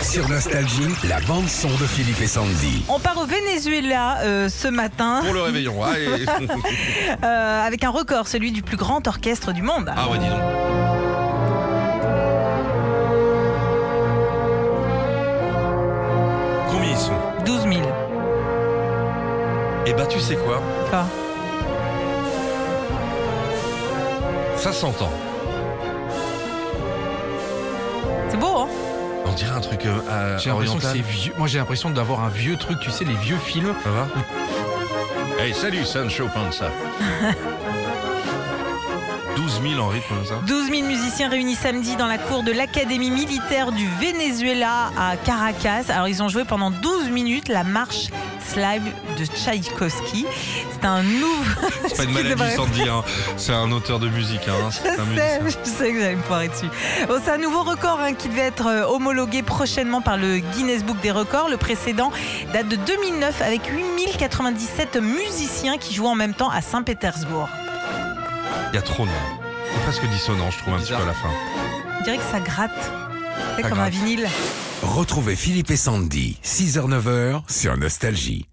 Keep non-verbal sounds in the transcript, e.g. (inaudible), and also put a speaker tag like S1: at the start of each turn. S1: Sur Nostalgie, la bande-son de Philippe et Sandy.
S2: On part au Venezuela euh, ce matin
S3: Pour le réveillon.
S1: (laughs)
S3: Ah, et-
S2: euh, avec un record, celui du plus grand orchestre du monde.
S3: ah ouais, dis donc. Combien ils sont
S2: 12 000.
S3: Eh bah, tu sais quoi
S2: Quoi
S3: Ça s'entend.
S2: C'est beau, hein
S3: On dirait un truc euh, euh,
S4: J'ai l'impression que
S3: oriental.
S4: c'est vieux. Moi, j'ai l'impression d'avoir un vieux truc, tu sais, les vieux films.
S3: Ça va Hey, salut Sancho Panza.
S4: (laughs)
S3: 12 000 en rythme, comme ça
S2: 12 000 musiciens réunis samedi dans la cour de l'Académie militaire du Venezuela à Caracas. Alors, ils ont joué pendant 12 minutes la marche slave de Tchaïkovski. C'est un nouveau.
S3: C'est pas une
S2: Excusez-moi.
S3: maladie, Sandy. Hein. C'est un auteur de musique. Hein. C'est un
S2: Je sais,
S3: musicien.
S2: je sais que j'allais me foirer dessus. Bon, c'est un nouveau record hein, qui devait être euh, homologué prochainement par le Guinness Book des records. Le précédent date de 2009 avec 8097 musiciens qui jouent en même temps à Saint-Pétersbourg.
S3: Il y a trop de monde. C'est presque dissonant, je trouve, un petit peu à la fin.
S2: On dirait que ça gratte. C'est
S3: Ça
S2: comme un
S3: gratte.
S2: vinyle.
S1: Retrouvez Philippe et Sandy, 6h-9h, sur Nostalgie.